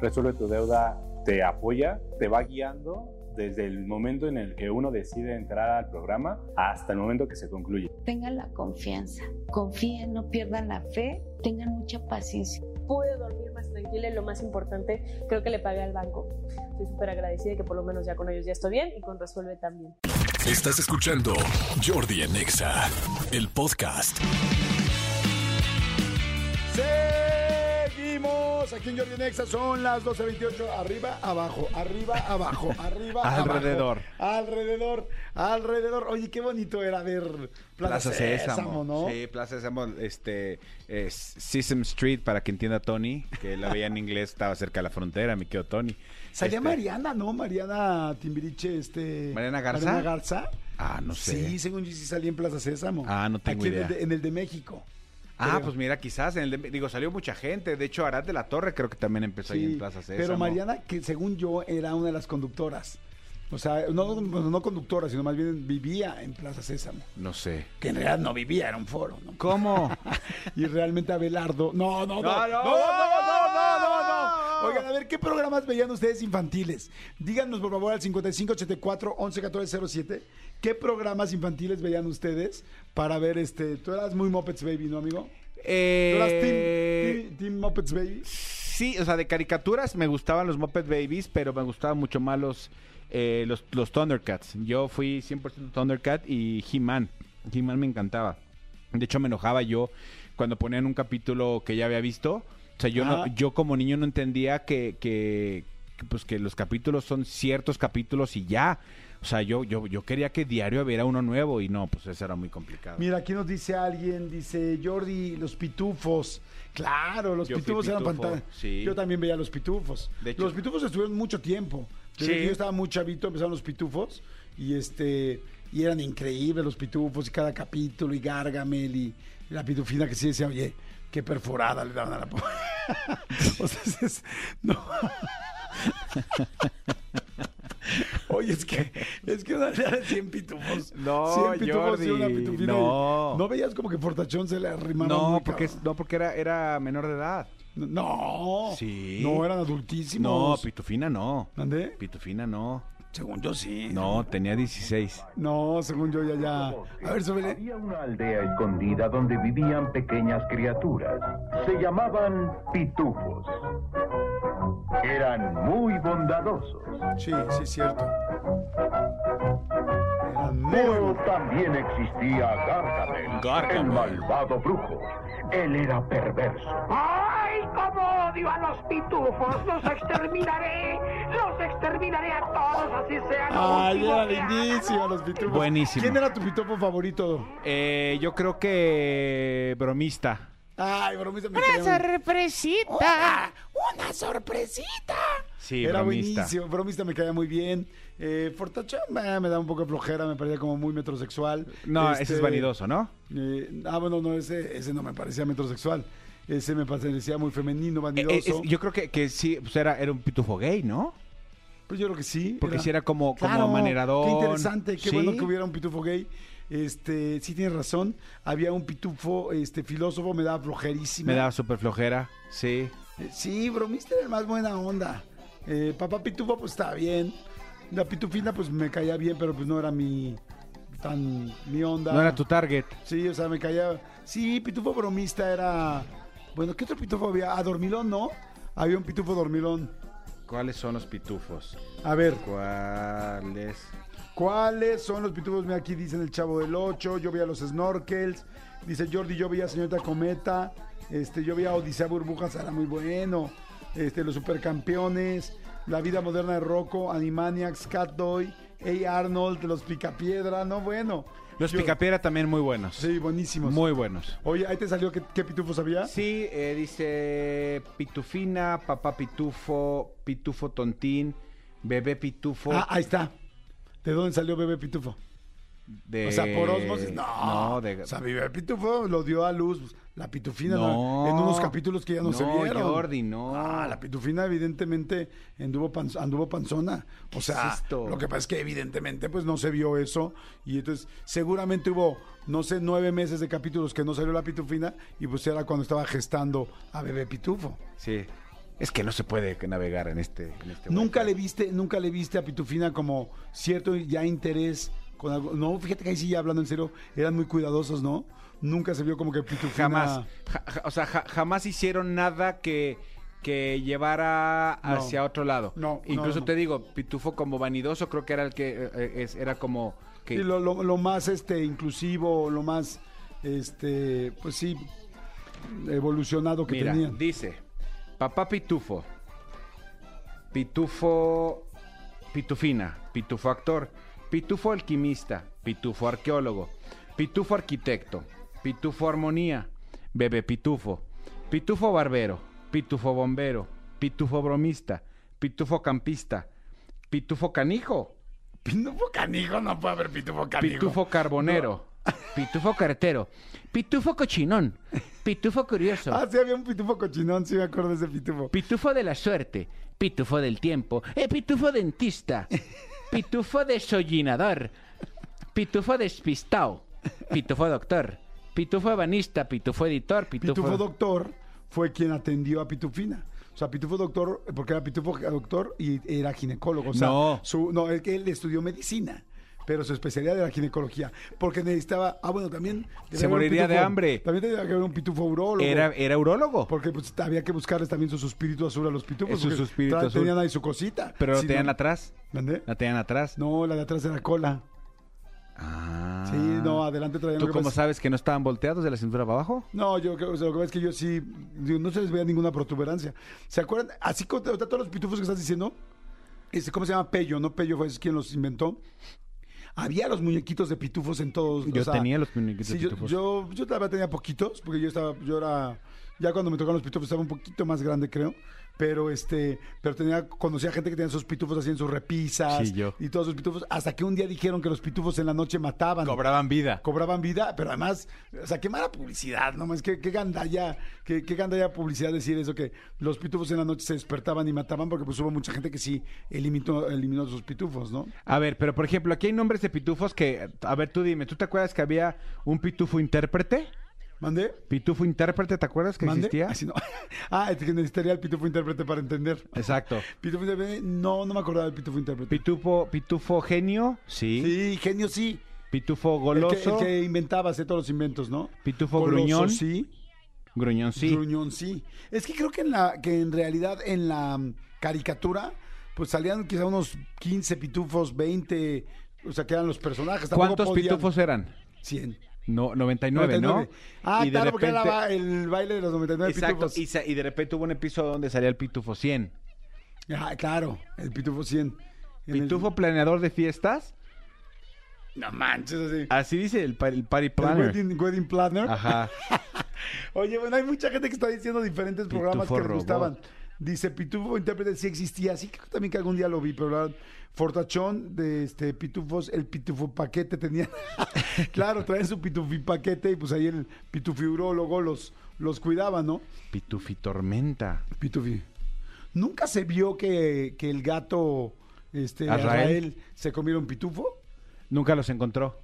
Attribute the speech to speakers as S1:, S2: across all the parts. S1: Resuelve tu deuda te apoya, te va guiando desde el momento en el que uno decide entrar al programa hasta el momento que se concluye.
S2: Tengan la confianza, confíen, no pierdan la fe, tengan mucha paciencia.
S3: Pude dormir más tranquila y lo más importante, creo que le pagué al banco. Estoy súper agradecida y que por lo menos ya con ellos ya estoy bien y con Resuelve también.
S4: Estás escuchando Jordi Anexa, el podcast.
S5: Seguimos aquí en Jordi Nexa, son las 12.28, arriba, abajo, arriba, abajo, arriba, abajo,
S6: Alrededor.
S5: alrededor, alrededor. Oye, qué bonito era ver Plaza, Sésamo, ¿no?
S6: Sí, Plaza Sésamo, este, es Sesame Street, para que entienda Tony, que la veía en inglés, estaba cerca de la frontera, mi querido Tony.
S5: Salía
S6: Este,
S5: Mariana, ¿no? Mariana Timbiriche, este...
S6: ¿Mariana Garza?
S5: Mariana Garza.
S6: Ah, no sé.
S5: Sí, según yo sí salía en Plaza Sésamo.
S6: Ah, no tengo
S5: Aquí En
S6: idea.
S5: el, de, en el de México.
S6: Ah,
S5: creo.
S6: pues mira, quizás, en el de- digo, salió mucha gente. De hecho, Arad de la Torre creo que también empezó ahí en Plaza Sésamo.
S5: Pero Mariana, que según yo era una de las conductoras. O sea, no, bueno, no conductora, sino más bien vivía en Plaza Sésamo.
S6: No sé.
S5: Que en realidad no vivía, era un foro, ¿no?
S6: ¿Cómo?
S5: Y realmente Abelardo. No, no, no.
S6: No, no,
S5: no, no, no, no. Oigan, a ver, ¿qué programas veían ustedes infantiles? Díganos, por favor, al 5584-111407. ¿Qué programas infantiles veían ustedes para ver este. Tú eras muy Muppets Baby, ¿no, amigo? Tú eras
S6: eh,
S5: Team, team- team Muppets Baby.
S6: Sí, o sea, de caricaturas me gustaban los Muppet Babies, pero me gustaban mucho más los, eh, los, los Thundercats. Yo fui 100% Thundercat y He-Man. He-Man me encantaba. De hecho, me enojaba yo cuando ponían un capítulo que ya había visto. O sea, yo, no,
S5: Ajá.
S6: yo como niño no entendía que, que- que, pues, que los capítulos son ciertos capítulos y ya. O sea, yo, yo, yo quería que diario hubiera uno nuevo y no, pues eso era muy complicado.
S5: Mira, aquí nos dice alguien, dice Jordi, los pitufos. Claro, los
S6: Yo fui
S5: pitufos eran
S6: pitufo,
S5: pantallas.
S6: sí.
S5: Yo también veía los pitufos.
S6: De hecho-
S5: los pitufos estuvieron mucho tiempo. Desde
S6: Sí.
S5: que yo estaba muy chavito empezaron los pitufos y este y eran increíbles los pitufos y cada capítulo y Gargamel y la pitufina que sí decía, oye, qué perforada le daban a la po-". o sea, es- es- no. Oye, es que es que una 100 pitufos. 100
S6: No,
S5: pitufos y una
S6: Jordi,
S5: pitufina.
S6: no.
S5: Y, no veías como que Fortachón se le arrimaba.
S6: No,
S5: muy
S6: porque, es-
S5: cabrón?
S6: no, porque era, era menor de edad.
S5: No.
S6: Sí.
S5: No, eran
S6: No,
S5: adultísimos.
S6: Pitufina no.
S5: ¿Mandé?
S6: Pitufina no.
S5: Según yo sí.
S6: No, tenía 16.
S5: No, según yo ya, ya. A ver, súbele.
S7: Había una aldea escondida donde vivían pequeñas criaturas. Se llamaban pitufos. Eran muy bondadosos,
S5: Sí, sí, es cierto. Eran
S7: pero
S5: muy-
S7: también existía Gargamel,
S6: Gargamel.
S7: el malvado brujo. Él era perverso.
S8: ¡Ay, cómo odio a los pitufos! ¡Los exterminaré! ¡Los exterminaré a todos, así sean! los
S5: Ay,
S8: últimos
S5: era
S8: que hagan!
S5: lindísimo los pitufos.
S6: Buenísimo.
S5: ¿Quién era tu pitufo favorito?
S6: Eh, yo creo que bromista.
S5: Ay, bromista. me quería morir.
S6: sorpresita!
S5: ¡Una sorpresita!
S6: Sí,
S5: Era
S6: bromista.
S5: buenísimo, bromista me caía muy bien. Eh, Fortachón eh, me da un poco de flojera, me parecía como muy metrosexual.
S6: No, ese
S5: Este,
S6: es vanidoso, ¿no?
S5: Eh, ah, bueno, no, ese, ese no me parecía metrosexual. Ese me parecía muy femenino,
S6: Eh,
S5: vanidoso.
S6: eh, es- yo creo que, que sí, pues era, era un pitufo gay, ¿no?
S5: Pues yo creo que sí.
S6: Porque sí era como- como
S5: Claro,
S6: amaneradón.
S5: Qué interesante, qué
S6: Sí.
S5: bueno que hubiera un pitufo gay. Este, sí tienes razón. Había un pitufo, este, filósofo, me daba flojerísima.
S6: Me daba súper flojera. Sí.
S5: Eh, Sí, bromista era el más buena onda. Eh, papá pitufo, pues estaba bien. La pitufina, pues me caía bien, pero pues no era mi... tan... mi onda.
S6: No era tu target.
S5: Sí, o sea, me caía. Sí, pitufo bromista era. Bueno, ¿qué otro pitufo había? A dormilón, ¿no? Había un pitufo dormilón.
S6: ¿Cuáles son los pitufos?
S5: A ver,
S6: ¿Cuáles?
S5: ¿cuáles son los pitufos? Mira, aquí dicen el Chavo del 8, yo veía los snorkels, dice Jordi, yo veía Señorita Cometa, este, yo veía Odisea Burbujas, era muy bueno, este, los supercampeones, La Vida Moderna de Rocco, Animaniacs, Catboy, A. Arnold, los Picapiedra, no bueno.
S6: Los
S5: Yo-
S6: picapiedra también muy buenos.
S5: Sí, buenísimos.
S6: Muy buenos.
S5: Oye, ahí te salió qué, Ah, qué pitufos había.
S6: Sí, eh, dice Pitufina, Papá Pitufo, Pitufo Tontín, Bebé Pitufo.
S5: Ah, ahí está. ¿De dónde salió Bebé Pitufo?
S6: de-
S5: O sea, por osmosis. No.
S6: No, de-
S5: O sea, Bebé Pitufo lo dio a luz pues, la pitufina
S6: No.
S5: ¿no? en unos capítulos que ya no, se
S6: No,
S5: vieron.
S6: Jordi, no.
S5: Ah, la pitufina evidentemente anduvo, pan- anduvo panzona. O sea,
S6: es esto?
S5: lo que pasa es que evidentemente pues no se vio eso. Y entonces seguramente hubo, no sé, nueve meses de capítulos que no salió la pitufina y pues era cuando estaba gestando a Bebé Pitufo.
S6: Sí. Es que no se puede navegar en este. en este
S5: Nunca
S6: hueco.
S5: le viste, nunca le viste a Pitufina como cierto ya interés con algo. No, fíjate que ahí sí ya hablando en serio, eran muy cuidadosos, ¿no? Nunca se vio como que Pitufina
S6: Jamás. ja- ja- o sea, ja- jamás hicieron nada que, que llevara
S5: No.
S6: hacia otro lado.
S5: No, no,
S6: Incluso
S5: no.
S6: te digo, Pitufo como vanidoso creo que era el que eh, eh, es- era como que
S5: Sí, lo, lo- lo más este inclusivo, lo más este, pues sí, evolucionado que
S6: Mira,
S5: tenían.
S6: dice, papá Pitufo, Pitufo Pitufina, Pitufo actor, Pitufo alquimista, Pitufo arqueólogo, Pitufo arquitecto, Pitufo armonía, bebé Pitufo, Pitufo barbero, Pitufo bombero, Pitufo bromista, Pitufo campista, Pitufo canijo,
S5: Pitufo canijo no puede haber pitufo
S6: Pitufo carbonero, Pitufo carretero, Pitufo cochinón, Pitufo curioso.
S5: Ah, sí, había un pitufo cochinón, sí me acuerdo de ese pitufo.
S6: Pitufo de la suerte, pitufo del tiempo, eh, pitufo dentista, pitufo desollinador, pitufo despistao, pitufo doctor, pitufo ebanista, pitufo editor, pitufo...
S5: Pitufo Doctor fue quien atendió a Pitufina. O sea, Pitufo Doctor, porque era Pitufo Doctor y era ginecólogo. O sea,
S6: No.
S5: Su, no, es que él estudió medicina, pero su especialidad era ginecología. Porque necesitaba. Ah, bueno, también. debe
S6: Se
S5: haber un
S6: moriría de
S5: pitufo-
S6: hambre.
S5: También tenía que haber un pitufo urólogo.
S6: era urólogo,
S5: Porque pues, había que buscarles también su suspirito azul a los pitufos.
S6: Es su
S5: porque
S6: suspirito
S5: tra-
S6: azul.
S5: Tenían ahí su cosita.
S6: pero la
S5: Si
S6: tenían
S5: no-
S6: atrás,
S5: ¿Mandé?
S6: la tenían atrás.
S5: No, la de atrás era cola.
S6: Ah.
S5: Sí, no, adelante traían lo
S6: ¿Tú
S5: que
S6: cómo
S5: pasa-
S6: sabes que no estaban volteados de la cintura para abajo?
S5: No, yo creo- o sea, lo que pasa es que yo sí, digo, no se les veía ninguna protuberancia. ¿Se acuerdan? Así con o sea, todos los pitufos que estás diciendo, este, ¿cómo se llama? Pello, ¿no? Pello fue quien los inventó. Había los muñequitos de pitufos en todos.
S6: Yo tenía los
S5: Pues,
S6: muñequitos
S5: sí,
S6: de
S5: yo-
S6: pitufos.
S5: Yo, yo, la verdad tenía poquitos, porque yo estaba, yo era, ya cuando me tocaron los pitufos estaba un poquito más grande, creo. Pero este, pero tenía, conocía gente que tenía sus pitufos así en sus repisas
S6: Sí, yo.
S5: y todos sus pitufos, hasta que un día dijeron que los pitufos en la noche mataban
S6: Cobraban vida.
S5: cobraban vida, pero además, o sea, qué mala publicidad, no más, qué, qué gandalla, qué, qué gandalla publicidad decir eso, que los pitufos en la noche se despertaban y mataban, porque pues hubo mucha gente que sí eliminó, eliminó sus pitufos, ¿no?
S6: A ver, pero por ejemplo, aquí hay nombres de pitufos que... A ver, tú dime, ¿tú te acuerdas que había un pitufo intérprete?
S5: ¿Mandé?
S6: ¿Pitufo intérprete te acuerdas que
S5: ¿Mandé?
S6: existía?
S5: Ah, sí, no. Ah, es que necesitaría el pitufo intérprete para entender.
S6: Exacto.
S5: Pitufo intérprete, no, no me acordaba del pitufo intérprete.
S6: Pitufo, pitufo genio, sí.
S5: sí, genio sí.
S6: Pitufo
S5: El que,
S6: goloso,
S5: el que inventaba hace todos los inventos, ¿no?
S6: Pitufo
S5: Goloso,
S6: gruñón.
S5: sí.
S6: gruñón, sí.
S5: Gruñón, sí. Es que creo que en la, que en realidad en la mm, caricatura, pues salían quizá unos 15 pitufos, 20, o sea, que eran los personajes. Tampoco
S6: ¿Cuántos
S5: podían-
S6: pitufos eran?
S5: 100.
S6: No, 99, ¿no?
S5: Ah,
S6: y de
S5: claro, porque
S6: repente,
S5: era ba- el baile de los 99
S6: Exacto,
S5: pitufos.
S6: y, sa- y de repente hubo un episodio donde salía el pitufo 100.
S5: Ah, claro, el pitufo 100. En el-
S6: Pitufo planeador de fiestas,
S5: No manches, así.
S6: así dice el, pa- el party
S5: El
S6: planner. Ah.
S5: wedding, wedding planner.
S6: Ajá.
S5: Oye, bueno, hay mucha gente que está diciendo diferentes programas
S6: Pitufo
S5: que les
S6: robot.
S5: gustaban. Dice Pitufo Intérprete sí existía, sí creo que también que algún día lo vi, pero la Fortachón de este Pitufos, el Pitufo paquete tenía. claro, traen su Pitufi paquete y pues ahí el Pitufiurólogo los, los cuidaba, ¿no?
S6: Pitufi tormenta.
S5: Pitufi. Nunca se vio que, que el gato este
S6: Azrael.
S5: Azrael se comiera un pitufo.
S6: Nunca los encontró.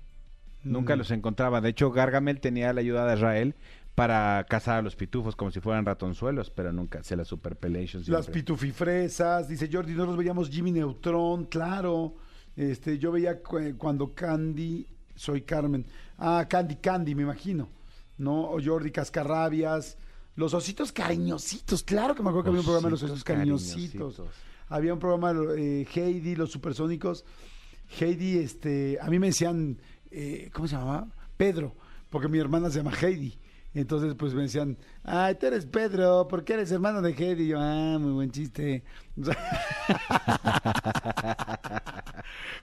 S5: Mm.
S6: Nunca los encontraba. De hecho, Gargamel tenía la ayuda de Israel para cazar a los pitufos como si fueran ratonzuelos, pero nunca se la superpelation.
S5: Las pitufifresas, dice Jordi, nosotros veíamos Jimmy Neutron, claro. Este, yo veía cu- eh, cuando Candy, soy Carmen. Ah, Candy Candy, me imagino. ¿No? O Jordi Cascarrabias. Los ositos cariñositos, claro que me acuerdo que había un programa de los
S6: Ositos
S5: ositos cariñositos.
S6: cariñositos.
S5: Había un programa eh, Heidi, los supersónicos. Heidi, este, a mí me decían, eh, ¿cómo se llamaba? Pedro, porque mi hermana se llama Heidi. Entonces, pues me decían, ay, tú eres Pedro, ¿por qué eres hermano de Heidi? Y yo, ah, muy buen chiste. O sea,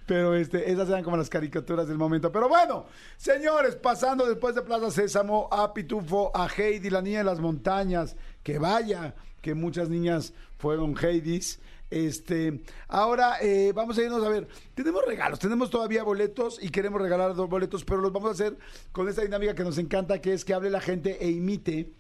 S5: Pero este, esas eran como las caricaturas del momento. Pero bueno, señores, pasando después de Plaza Sésamo a Pitufo, a Heidi, la niña de las montañas, que vaya, que muchas niñas fueron Heidis. Este, ahora eh, vamos a irnos a ver. Tenemos regalos, tenemos todavía boletos y queremos regalar dos boletos, pero los vamos a hacer con esta dinámica que nos encanta, que es que hable la gente e imite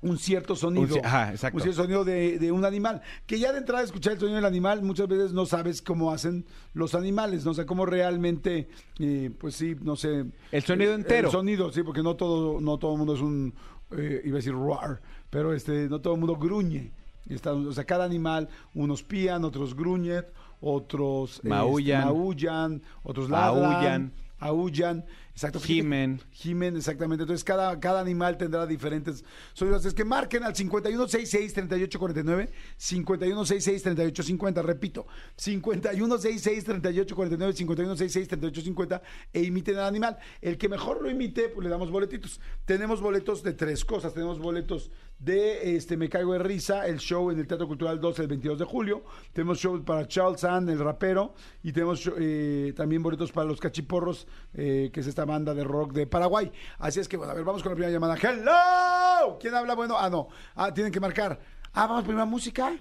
S5: un cierto sonido.
S6: ci- ajá, exacto.
S5: Un cierto sonido de, de un animal. Que ya de entrada escuchar el sonido del animal, muchas veces no sabes cómo hacen los animales, no sé cómo realmente, eh, pues sí, no sé.
S6: El sonido
S5: eh,
S6: entero.
S5: El sonido, sí, porque no todo, no todo el mundo es un, eh, iba a decir roar, pero este, no todo el mundo gruñe. Y está- o sea, cada animal, unos pían, otros gruñen, otros este,
S6: Maullan.
S5: maullan, otros ladran,
S6: Aullan.
S5: aullan, exacto. fíjate-
S6: Gimen.
S5: Gimen, exactamente. Entonces, cada, cada animal tendrá diferentes sonidos. Es que marquen al 5166-3849, 5166-3850, repito, 5166-3849, 5166-3850 e imiten al animal. El que mejor lo imite, pues le damos boletitos. Tenemos boletos de tres cosas. Tenemos boletos de este Me Caigo de Risa, el show en el Teatro Cultural 2 el 22 de julio. Tenemos show para Charles Ann, el rapero. Y tenemos show- eh, también boletos para Los Cachiporros, eh, que es esta banda de rock de Paraguay. Así es que, bueno, a ver, vamos con la primera llamada. ¡Hello! ¿Quién habla? Bueno, ah, no. Ah, tienen que marcar. Ah, vamos, primera música.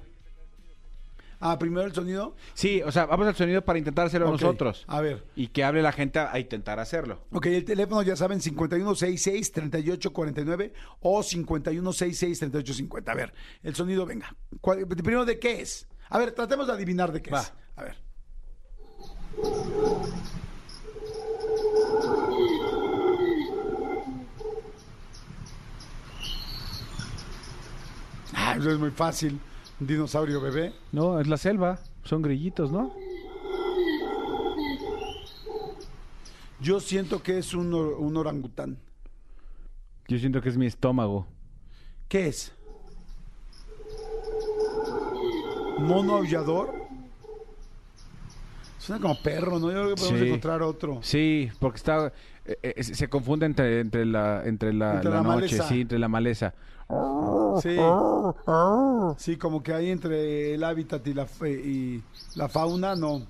S5: Ah, primero el sonido.
S6: Sí, o sea, vamos al sonido para intentar hacerlo
S5: Ok,
S6: nosotros.
S5: a ver.
S6: Y que hable la gente a a intentar hacerlo.
S5: Ok, el teléfono ya saben, 5166-3849 o 5166-3850. A ver, el sonido venga. ¿Cuál- primero, ¿de qué es? A ver, tratemos de adivinar de qué es. A ver. Ah, eso es muy fácil. Un dinosaurio bebé.
S6: No, es la selva. Son grillitos, ¿no?
S5: Yo siento que es un, or- un orangután.
S6: Yo siento que es mi estómago.
S5: ¿Qué es? ¿Mono aullador? Suena como perro, ¿no? Yo creo que podemos
S6: Sí.
S5: encontrar otro.
S6: Sí, porque está eh, eh, se se confunde entre, entre la entre la,
S5: Entre
S6: la
S5: la
S6: noche,
S5: maleza.
S6: sí, entre la maleza.
S5: Sí. Sí, como que hay entre el hábitat y la, fe- y la fauna, no.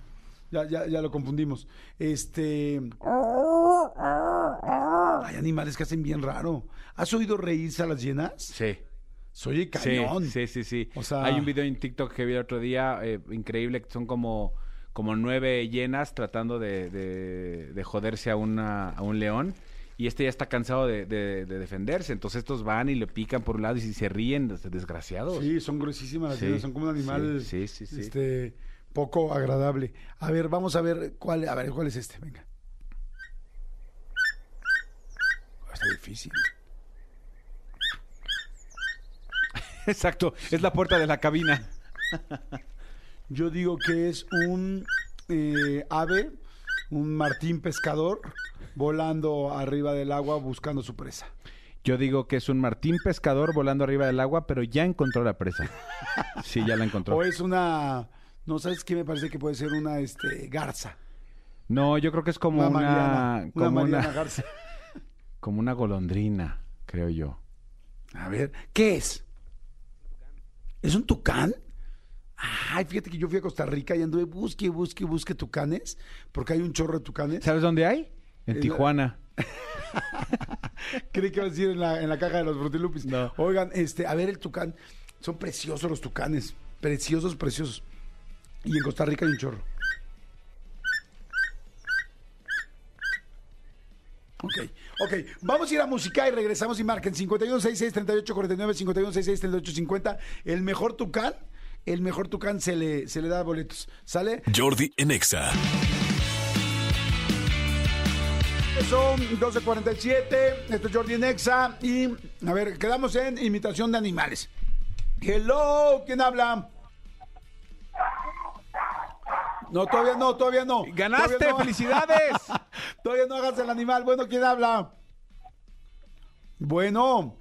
S5: Ya, ya, ya lo confundimos. Este. Hay animales que hacen bien raro. ¿Has oído reírse a las llenas?
S6: Sí.
S5: Soy
S6: Sí,
S5: cañón.
S6: sí, sí, sí.
S5: O sea-
S6: Hay un video en TikTok que vi el otro día, eh, increíble, que son como, como nueve llenas tratando de, de- de joderse a, una, a un león. Y este ya está cansado de, de- de defenderse. Entonces estos van y le pican por un lado y si se ríen, des- desgraciados.
S5: Sí, son gruesísimas las
S6: Sí,
S5: hienas, son como un animal
S6: sí, sí, sí, sí.
S5: este poco agradable. A ver, vamos a ver cuál, a ver cuál es este, venga. Ah, Está difícil.
S6: Exacto, es la puerta de la cabina.
S5: Yo digo que es un eh, ave, un martín pescador volando arriba del agua buscando su presa.
S6: Yo digo que es un martín pescador volando arriba del agua, pero ya encontró la presa. Sí, ya la encontró.
S5: O es una no sabes qué me parece que puede ser una este garza,
S6: No, yo creo que es como
S5: una,
S6: una,
S5: Mariana, una
S6: como
S5: Mariana
S6: una,
S5: garza.
S6: como una golondrina, creo yo.
S5: A ver, ¿qué es? ¿Es un tucán? Ay, fíjate que yo fui a Costa Rica y anduve busque, busque, busque tucanes, porque hay un chorro de tucanes.
S6: ¿Sabes dónde hay? En
S5: Eh,
S6: Tijuana.
S5: Creí que iba a decir en la, en la caja de los frutilupis.
S6: No.
S5: Oigan, este, a ver el tucán. Son preciosos los tucanes. Preciosos, preciosos. Y en Costa Rica hay un chorro. Ok, ok. Vamos a ir a música y regresamos y marquen 5166-3849, 5166-3850. El mejor tucán, el mejor tucán se le, se le da boletos. ¿Sale?
S4: Jordi en Exa.
S5: Son 12.47, esto es Jordi Nexa y a ver, quedamos en imitación de animales. Hello, ¿quién habla? No, todavía no, todavía no.
S6: ¡Ganaste!
S5: Todavía no.
S6: ¡Felicidades!
S5: todavía no hagas el animal. Bueno, ¿quién habla? Bueno,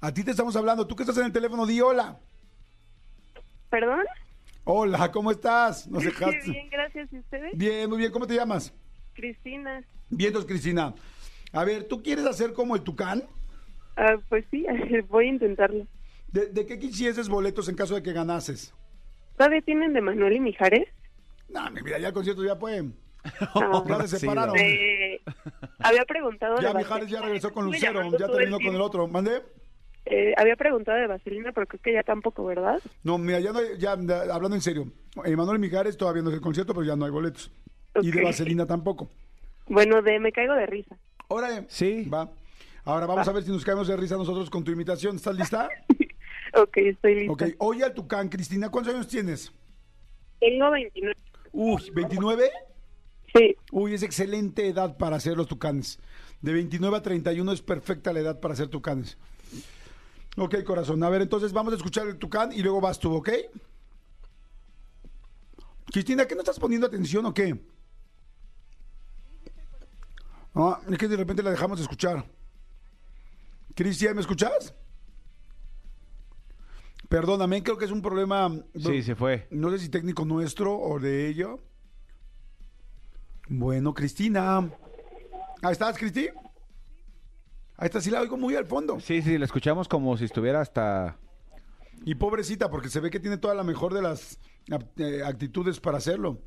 S5: a ti te estamos hablando. Tú que estás en el teléfono, di hola.
S9: ¿Perdón?
S5: Hola, ¿cómo estás? Nos
S9: Qué
S5: dejaste.
S9: bien, gracias. ¿Y ustedes?
S5: Bien, muy bien. ¿Cómo te llamas?
S9: Cristina.
S5: Bien, entonces, Cristina. A ver, ¿tú quieres hacer como el tucán?
S9: Ah, pues sí, voy a intentarlo.
S5: ¿De, de qué quisieses boletos en caso de que ganases?
S9: ¿Todavía tienen de Manuel y Mijares?
S5: No, mi vida, ya el concierto ya pueden. Ya se
S6: Sí,
S5: separaron.
S6: ¿no?
S9: Eh, había preguntado
S5: Ya
S9: de
S5: Mijares
S9: vaselina.
S5: ya regresó con
S9: Estuve
S5: Lucero,
S9: llamando
S5: ya
S9: todo
S5: terminó con
S9: tiempo.
S5: el otro. ¿Mande?
S9: Eh, había preguntado de vaselina, pero creo que ya tampoco, ¿verdad?
S5: No, mira, ya no hay- ya, na- hablando en serio. eh, Manuel Mijares todavía no es el concierto, pero ya no hay boletos. Y de
S9: Ok.
S5: Vaselina tampoco.
S9: Bueno, de Me Caigo de Risa.
S5: Órale.
S6: Sí.
S5: Va. Ahora vamos a ver si nos caemos de risa nosotros con tu imitación. ¿Estás lista?
S9: Ok, estoy lista.
S5: ok. Oye al Tucán, Cristina, ¿cuántos años tienes?
S9: Tengo 29.
S5: Uy, ¿29?
S9: Sí,
S5: Uy, es excelente edad para hacer los tucanes. De 29 a 31 es perfecta la edad para hacer tucanes. Ok, corazón. A ver, entonces vamos a escuchar el tucán y luego vas tú, ¿ok? Cristina, ¿qué no estás poniendo atención o qué? No, es que de repente la dejamos de escuchar. Cristian, ¿me escuchas? Perdóname, creo que es un problema.
S6: Sí, se fue.
S5: No sé si técnico nuestro o de ello. Bueno, Cristina. Ahí estás, Cristi. Ahí está, sí la oigo muy al fondo.
S6: Sí, sí, la escuchamos como si estuviera hasta...
S5: Y pobrecita, porque se ve que tiene toda la mejor de las ap- eh, actitudes para hacerlo.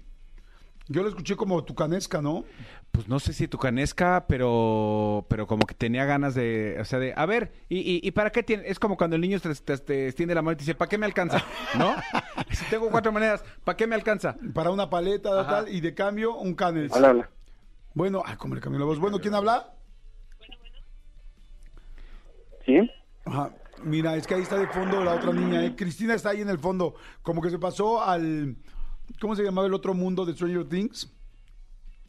S5: Yo lo escuché como tucanesca, ¿no?
S6: Pues no sé si tucanesca, pero pero como que tenía ganas de, o sea, de, a ver, ¿y, y, y para qué tiene? Es como cuando el niño te, te- te extiende la mano y te dice, ¿para qué me alcanza? ¿No? si tengo cuatro monedas, ¿para qué me alcanza?
S5: Para una paleta tal, y de cambio un canel.
S10: Hola, hola.
S5: Bueno, ay, cómo le cambió la voz. Bueno, ¿quién habla?
S10: ¿Sí?
S5: Ajá. Mira, es que ahí está de fondo la otra niña, ¿eh? Cristina está ahí en el fondo. Como que se pasó al. ¿Cómo se llamaba el otro mundo de Stranger Things?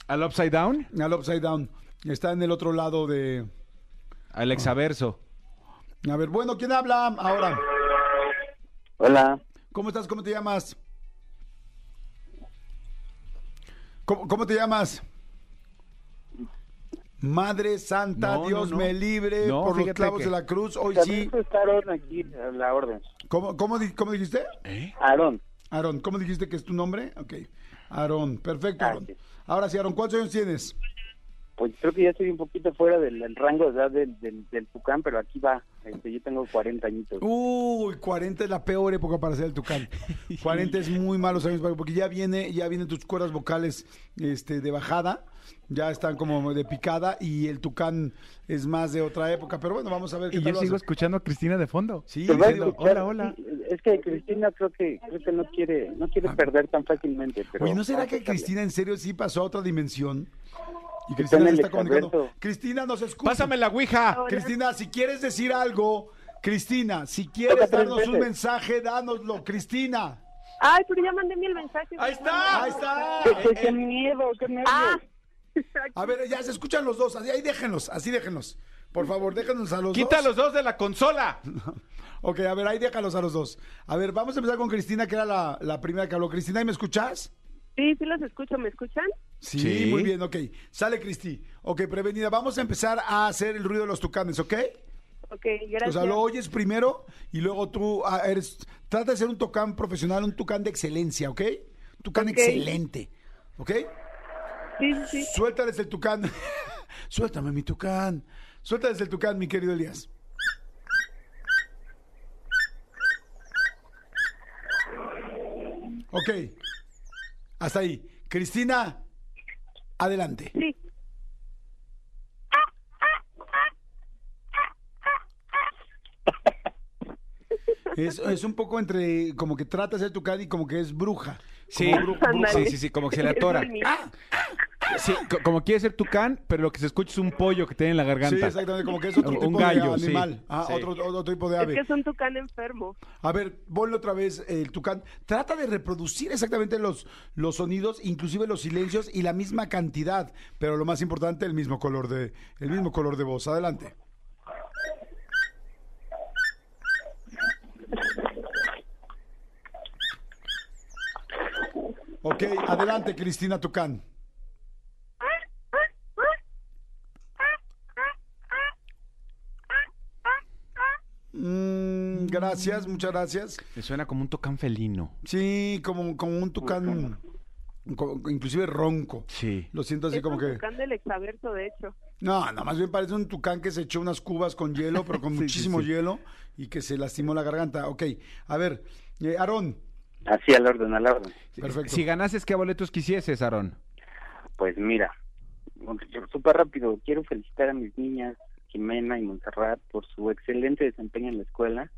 S6: Al Upside Down,
S5: Al Upside Down. Está en el otro lado de.
S6: al exaverso.
S5: A ver, bueno, ¿quién habla ahora?
S10: Hola.
S5: ¿Cómo estás? ¿Cómo te llamas? ¿Cómo, cómo te llamas? Madre Santa,
S6: No, no,
S5: Dios
S6: no.
S5: me libre
S6: No,
S5: por los
S6: fíjate
S5: clavos
S6: que-
S5: de la cruz. Hoy sí.
S10: También está Aarón aquí, a la orden.
S5: ¿Cómo, cómo, di- cómo dijiste?
S10: Aarón,
S5: Aarón, ¿cómo dijiste que es tu nombre? Ok. Aarón, perfecto, Aarón.
S10: Gracias.
S5: Ahora sí, Aarón, ¿cuántos años tienes?
S10: pues creo que ya estoy un poquito fuera del, del rango de edad del, del, del Tucán, pero aquí va. Este, yo tengo 40 añitos.
S5: Uy, 40 es la peor época para ser el tucán. 40 es muy malos años para- porque ya viene, ya vienen tus cuerdas vocales este, de bajada, ya están como de picada y el tucán es más de otra época. Pero bueno, vamos a ver qué
S6: Y
S5: tal
S6: yo
S5: lo
S6: sigo
S5: hace.
S6: escuchando a Cristina de fondo.
S5: Sí,
S10: Te va a
S5: diciendo,
S10: escuchar.
S6: hola, hola.
S10: Sí, Es que Cristina creo que creo que no quiere no quiere perder tan fácilmente.
S5: Ah.
S10: Pero
S5: Oye, ¿no será
S10: Ah,
S5: que
S10: está bien.
S5: Cristina en serio sí pasó a otra dimensión? Y
S10: Está en
S5: Cristina se
S10: el
S5: está comunicando.
S10: extraverso.
S5: Cristina nos escucha.
S6: Pásame la ouija.
S5: Cristina, si quieres decir algo, Cristina, si quieres
S10: Toca tres
S5: darnos un
S10: veces.
S5: mensaje, dánoslo, Cristina.
S9: Ay, pero ya mandé mil mensajes.
S6: Ahí está.
S5: Ahí está.
S10: ¡Qué, Pues, qué- qué miedo! ¡Qué nervios!
S9: Ah,
S5: A ver, ya se escuchan los dos, así, ahí déjenlos, así déjenlos. Por favor, déjanos a los
S6: Quita
S5: dos.
S6: los dos de la consola.
S5: Ok, a ver, ahí déjalos a los dos. A ver, vamos a empezar con Cristina, que era la, la primera que habló. Cristina, ¿y me escuchas?
S9: sí, sí los escucho, ¿me escuchan?
S5: Sí,
S6: Sí.
S5: muy bien, ok. Sale Cristi. Ok, prevenida. Vamos a empezar a hacer el ruido de los tucanes, ¿ok?
S9: Ok, gracias.
S5: O sea, lo oyes primero y luego tú ah, eres... Trata de ser un tucán profesional, un tucán de excelencia, ¿ok? Tucán
S9: Ok.
S5: excelente, ¿ok?
S9: Sí, sí, sí.
S5: Suéltales el tucán. Suéltame mi tucán. Suéltales el tucán, mi querido Elías. Ok. Hasta ahí. Cristina, adelante.
S9: Sí.
S5: Es, es un poco entre como que trata de ser tucán y como que es bruja.
S6: Sí,
S5: Como bru-
S9: Ándale.
S6: sí, sí, sí, como que se le atora.
S9: Es Mimi.
S5: Ah,
S6: Sí, co- como quiere ser tucán, pero lo que se escucha es un pollo que tiene en la
S5: Sí,
S6: garganta.
S5: exactamente, como que es otro
S6: Un
S5: tipo
S6: gallo,
S5: de
S6: sí.
S5: animal. Ah,
S6: Sí.
S5: Otro, otro tipo de
S9: Es
S5: ave.
S9: que es un tucán enfermo.
S5: A ver, ponle otra vez eh, el tucán. Trata de reproducir exactamente los, los sonidos, inclusive los silencios y la misma cantidad, pero lo más importante, el mismo color de, el mismo color de voz. Adelante. Ok, adelante, Cristina Tucán. Mm, gracias, muchas gracias.
S6: Me suena como un tucán felino.
S5: Sí, como, como un tucán, como- inclusive ronco.
S6: Sí.
S5: Lo siento así
S9: es
S5: como
S9: un
S5: que...
S9: tucán del exaberto, de hecho.
S5: No, no, más bien parece un tucán que se echó unas cubas con hielo, pero con
S6: Sí, sí,
S5: muchísimo
S6: sí.
S5: hielo y que se lastimó la garganta. Ok, a ver, eh, Aarón,
S10: Así al orden, al orden.
S5: Perfecto.
S6: Si ganases, ¿qué boletos quisieses, Aarón?
S10: Pues mira, súper rápido, quiero felicitar a mis niñas Jimena y Montserrat por su excelente desempeño en la escuela.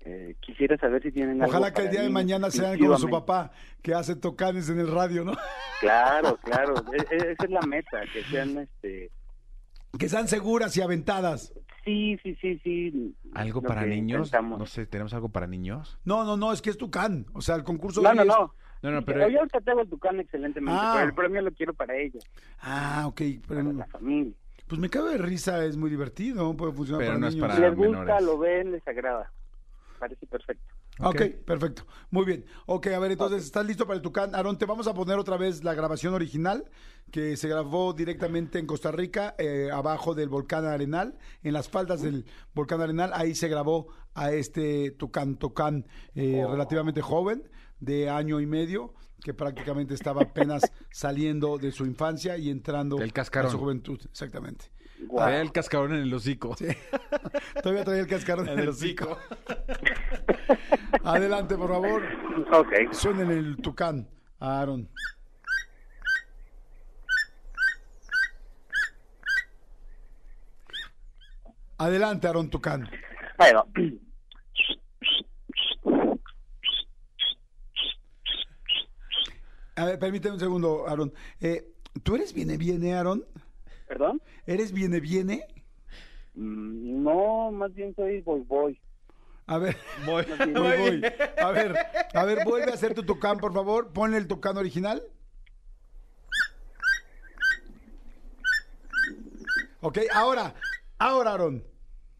S10: Eh, quisiera saber si tienen algo
S5: ojalá que el
S10: para
S5: día de
S10: mí,
S5: mañana sean como su
S10: exclusivamente.
S5: papá, que hace tocanes en el radio, ¿no?
S10: Claro, claro, e- e- esa es la meta, que sean este
S5: Que sean seguras y aventadas.
S10: Sí, sí, sí, sí.
S6: ¿Algo
S10: lo
S6: para
S10: que
S6: niños?
S10: intentamos.
S6: No sé, ¿tenemos algo para niños?
S5: No, no, no, es que es tucán. O sea, el concurso...
S10: No,
S5: de
S10: no,
S5: hoy es-
S10: no.
S6: No, no,
S10: Pero
S6: pero... eh,
S10: yo ahorita tengo el Tucán excelentemente,
S5: Ah.
S10: pero el premio lo quiero para ella,
S5: Ah, ok,
S10: para
S5: pero,
S10: la familia.
S5: Pues me cabe de risa, es muy divertido, puede funcionar
S6: Pero
S5: para
S6: no es
S5: niños.
S6: para-
S10: Si les gusta,
S6: menores.
S10: lo ven, les agrada. Parece perfecto.
S5: Ok, perfecto. Muy bien. Ok, a ver, entonces, ¿estás listo para el Tucán? Aarón, te vamos a poner otra vez la grabación original que se grabó directamente en Costa Rica, eh, abajo del volcán Arenal, en las faldas del volcán Arenal. Ahí se grabó a este Tucán Tucán eh, relativamente joven, de año y medio, que prácticamente estaba apenas saliendo de su infancia y entrando
S6: Del cascarón.
S5: a su juventud. Exactamente.
S10: Guau.
S6: Traía el cascarón en el hocico.
S5: Todavía traía el cascarón en el hocico. Adelante, por favor.
S10: Ok.
S5: Suenen el tucán, Aaron. Adelante, Aaron Tucán.
S10: Ahí va.
S5: A ver, permíteme un segundo, Aaron. Eh, ¿Tú eres viene viene, Aaron?
S10: ¿Perdón?
S5: ¿Eres viene viene?
S10: Mm, No, más bien soy boy boy.
S5: A ver,
S6: Voy.
S5: voy, voy. A ver, a ver, vuelve a hacer tu tucán, por favor. Ponle el tucán original. Ok, ahora, ahora, Aaron.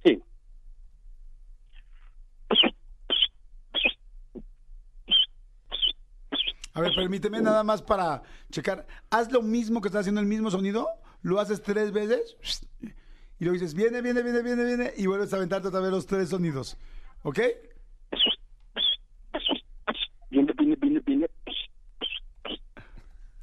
S10: Sí.
S5: A ver, permíteme nada más para checar. Haz lo mismo que está haciendo el mismo sonido, lo haces tres veces y luego dices, viene, viene, viene, viene, viene, y vuelves a aventarte otra vez los tres sonidos. ¿Ok?
S10: Viene, viene, viene, viene.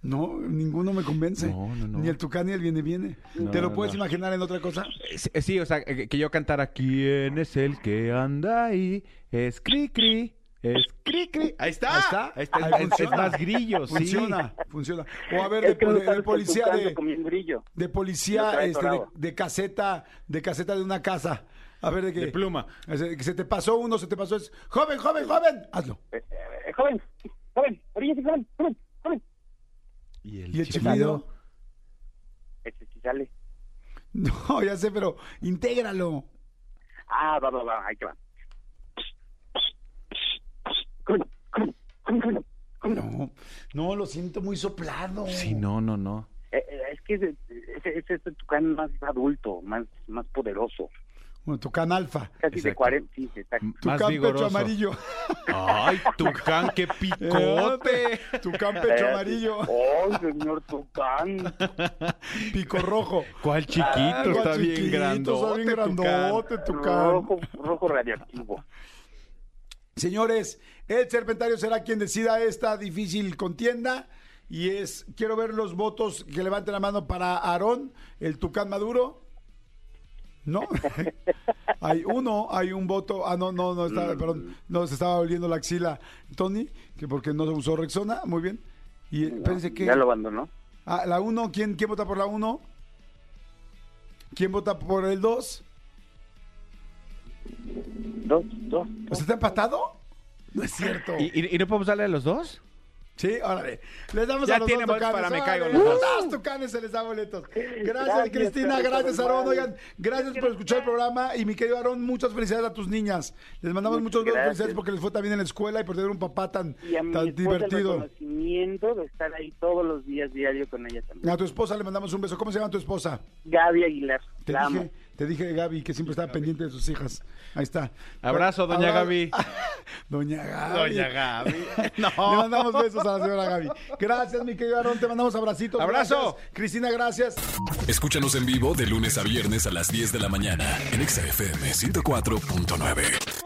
S5: No, ninguno me convence.
S6: No, no, no.
S5: Ni el tucán ni el viene, viene.
S6: No,
S5: ¿Te lo
S6: no,
S5: puedes
S6: no.
S5: imaginar en otra cosa?
S6: Sí, sí, o sea, que que yo cantara ¿Quién es el que anda ahí? Es Cri Cri, es Cri Cri. Ahí está.
S5: Ahí está.
S6: Ahí está.
S5: Ahí
S6: es- es,
S5: funciona.
S6: más grillo, sí.
S5: Funciona, funciona. O a ver,
S10: Es
S5: de,
S10: que no
S5: de- de
S10: sabes que el
S5: policía
S10: tucán
S5: de,
S10: se comió un brillo.
S5: de
S10: Lo
S5: policía
S10: trae
S5: este, de,
S10: atorado.
S5: de caseta, de caseta de una casa. A ver, de qué.
S6: De pluma.
S5: Se, que se te pasó uno, se te pasó. Es, joven, joven, joven. Hazlo.
S10: Eh, eh, joven, joven, oríllese, joven, joven, joven.
S6: Y
S5: Y el chiflido.
S10: Este sí sale.
S5: No, ya sé, pero intégralo.
S10: Ah, va, va, va, ahí que va. Joven, joven, joven, joven.
S5: No, no, lo siento muy soplado.
S6: Sí, no, no, no.
S10: Eh, eh, es que ese, ese, ese es el tucán más adulto, más, más poderoso.
S5: Bueno, tucán alfa.
S10: Casi de
S6: Exacto. Mm.
S10: 40, sí, sí, exacto.
S6: más
S5: Tucán pecho
S6: vigoroso.
S5: amarillo. Eh,
S6: Ay, Tucán, qué picote.
S5: Tucán pecho
S10: Eh,
S5: amarillo.
S10: Oh, señor tucán.
S5: Pico rojo.
S6: ¿Cuál chiquito?
S5: Algo
S6: está bien
S5: chiquito, Está
S6: grandote,
S5: bien grandote, tucán.
S10: Rojo, rojo radioactivo.
S5: Señores, el Serpentario será quien decida esta difícil contienda. Y es, quiero ver los votos que levanten la mano para Aarón, el Tucán Maduro. No, hay uno, hay un voto. Ah, no, no, no, está, perdón, no, se estaba oliendo la axila Tony, que porque no se usó Rexona, muy bien. Y eh, espérense que.
S10: Ya lo abandonó.
S5: Ah, la 1, ¿quién, ¿quién vota por la 1? ¿Quién vota por el 2?
S10: Dos, dos.
S5: ¿O sea, está empatado? No es cierto.
S6: ¿Y, y- y no podemos darle a los dos?
S5: Sí, órale. Les damos
S6: Ya
S5: a los
S6: tiene
S5: dos
S6: boletos
S5: tucanes.
S6: para Me
S5: órale,
S6: Caigo los dos.
S5: dos tucanes se les da boletos. Gracias,
S10: Gracias,
S5: Cristina.
S10: Pedro,
S5: Gracias,
S10: Samuel.
S5: Aarón. Oigan, gracias por escuchar el programa. Y mi querido Aarón, muchas felicidades a tus niñas. Les mandamos
S10: Muchas
S5: muchos besos,
S10: gracias.
S5: felicidades porque les fue también en la escuela y por tener un papá tan,
S10: Y a mi
S5: tan
S10: esposa el
S5: divertido.
S10: reconocimiento de estar ahí todos los días diario con ella también.
S5: A tu esposa le mandamos un beso. ¿Cómo se llama tu esposa?
S10: Gaby Aguilar,
S5: Te
S10: la
S5: dije,
S10: amo.
S5: te dije Gaby, que siempre estaba pendiente de sus hijas. Ahí está.
S6: Abrazo, doña
S5: Abra-
S6: Gaby.
S5: Doña Gaby.
S6: Gaby.
S5: Le mandamos besos a la señora Gaby. Gracias, mi querido Aarón. Te mandamos abracitos.
S6: Abrazo.
S5: Gracias. Cristina, gracias.
S4: Escúchanos en vivo de lunes a viernes a las 10 de la mañana en Exa FM 104.9.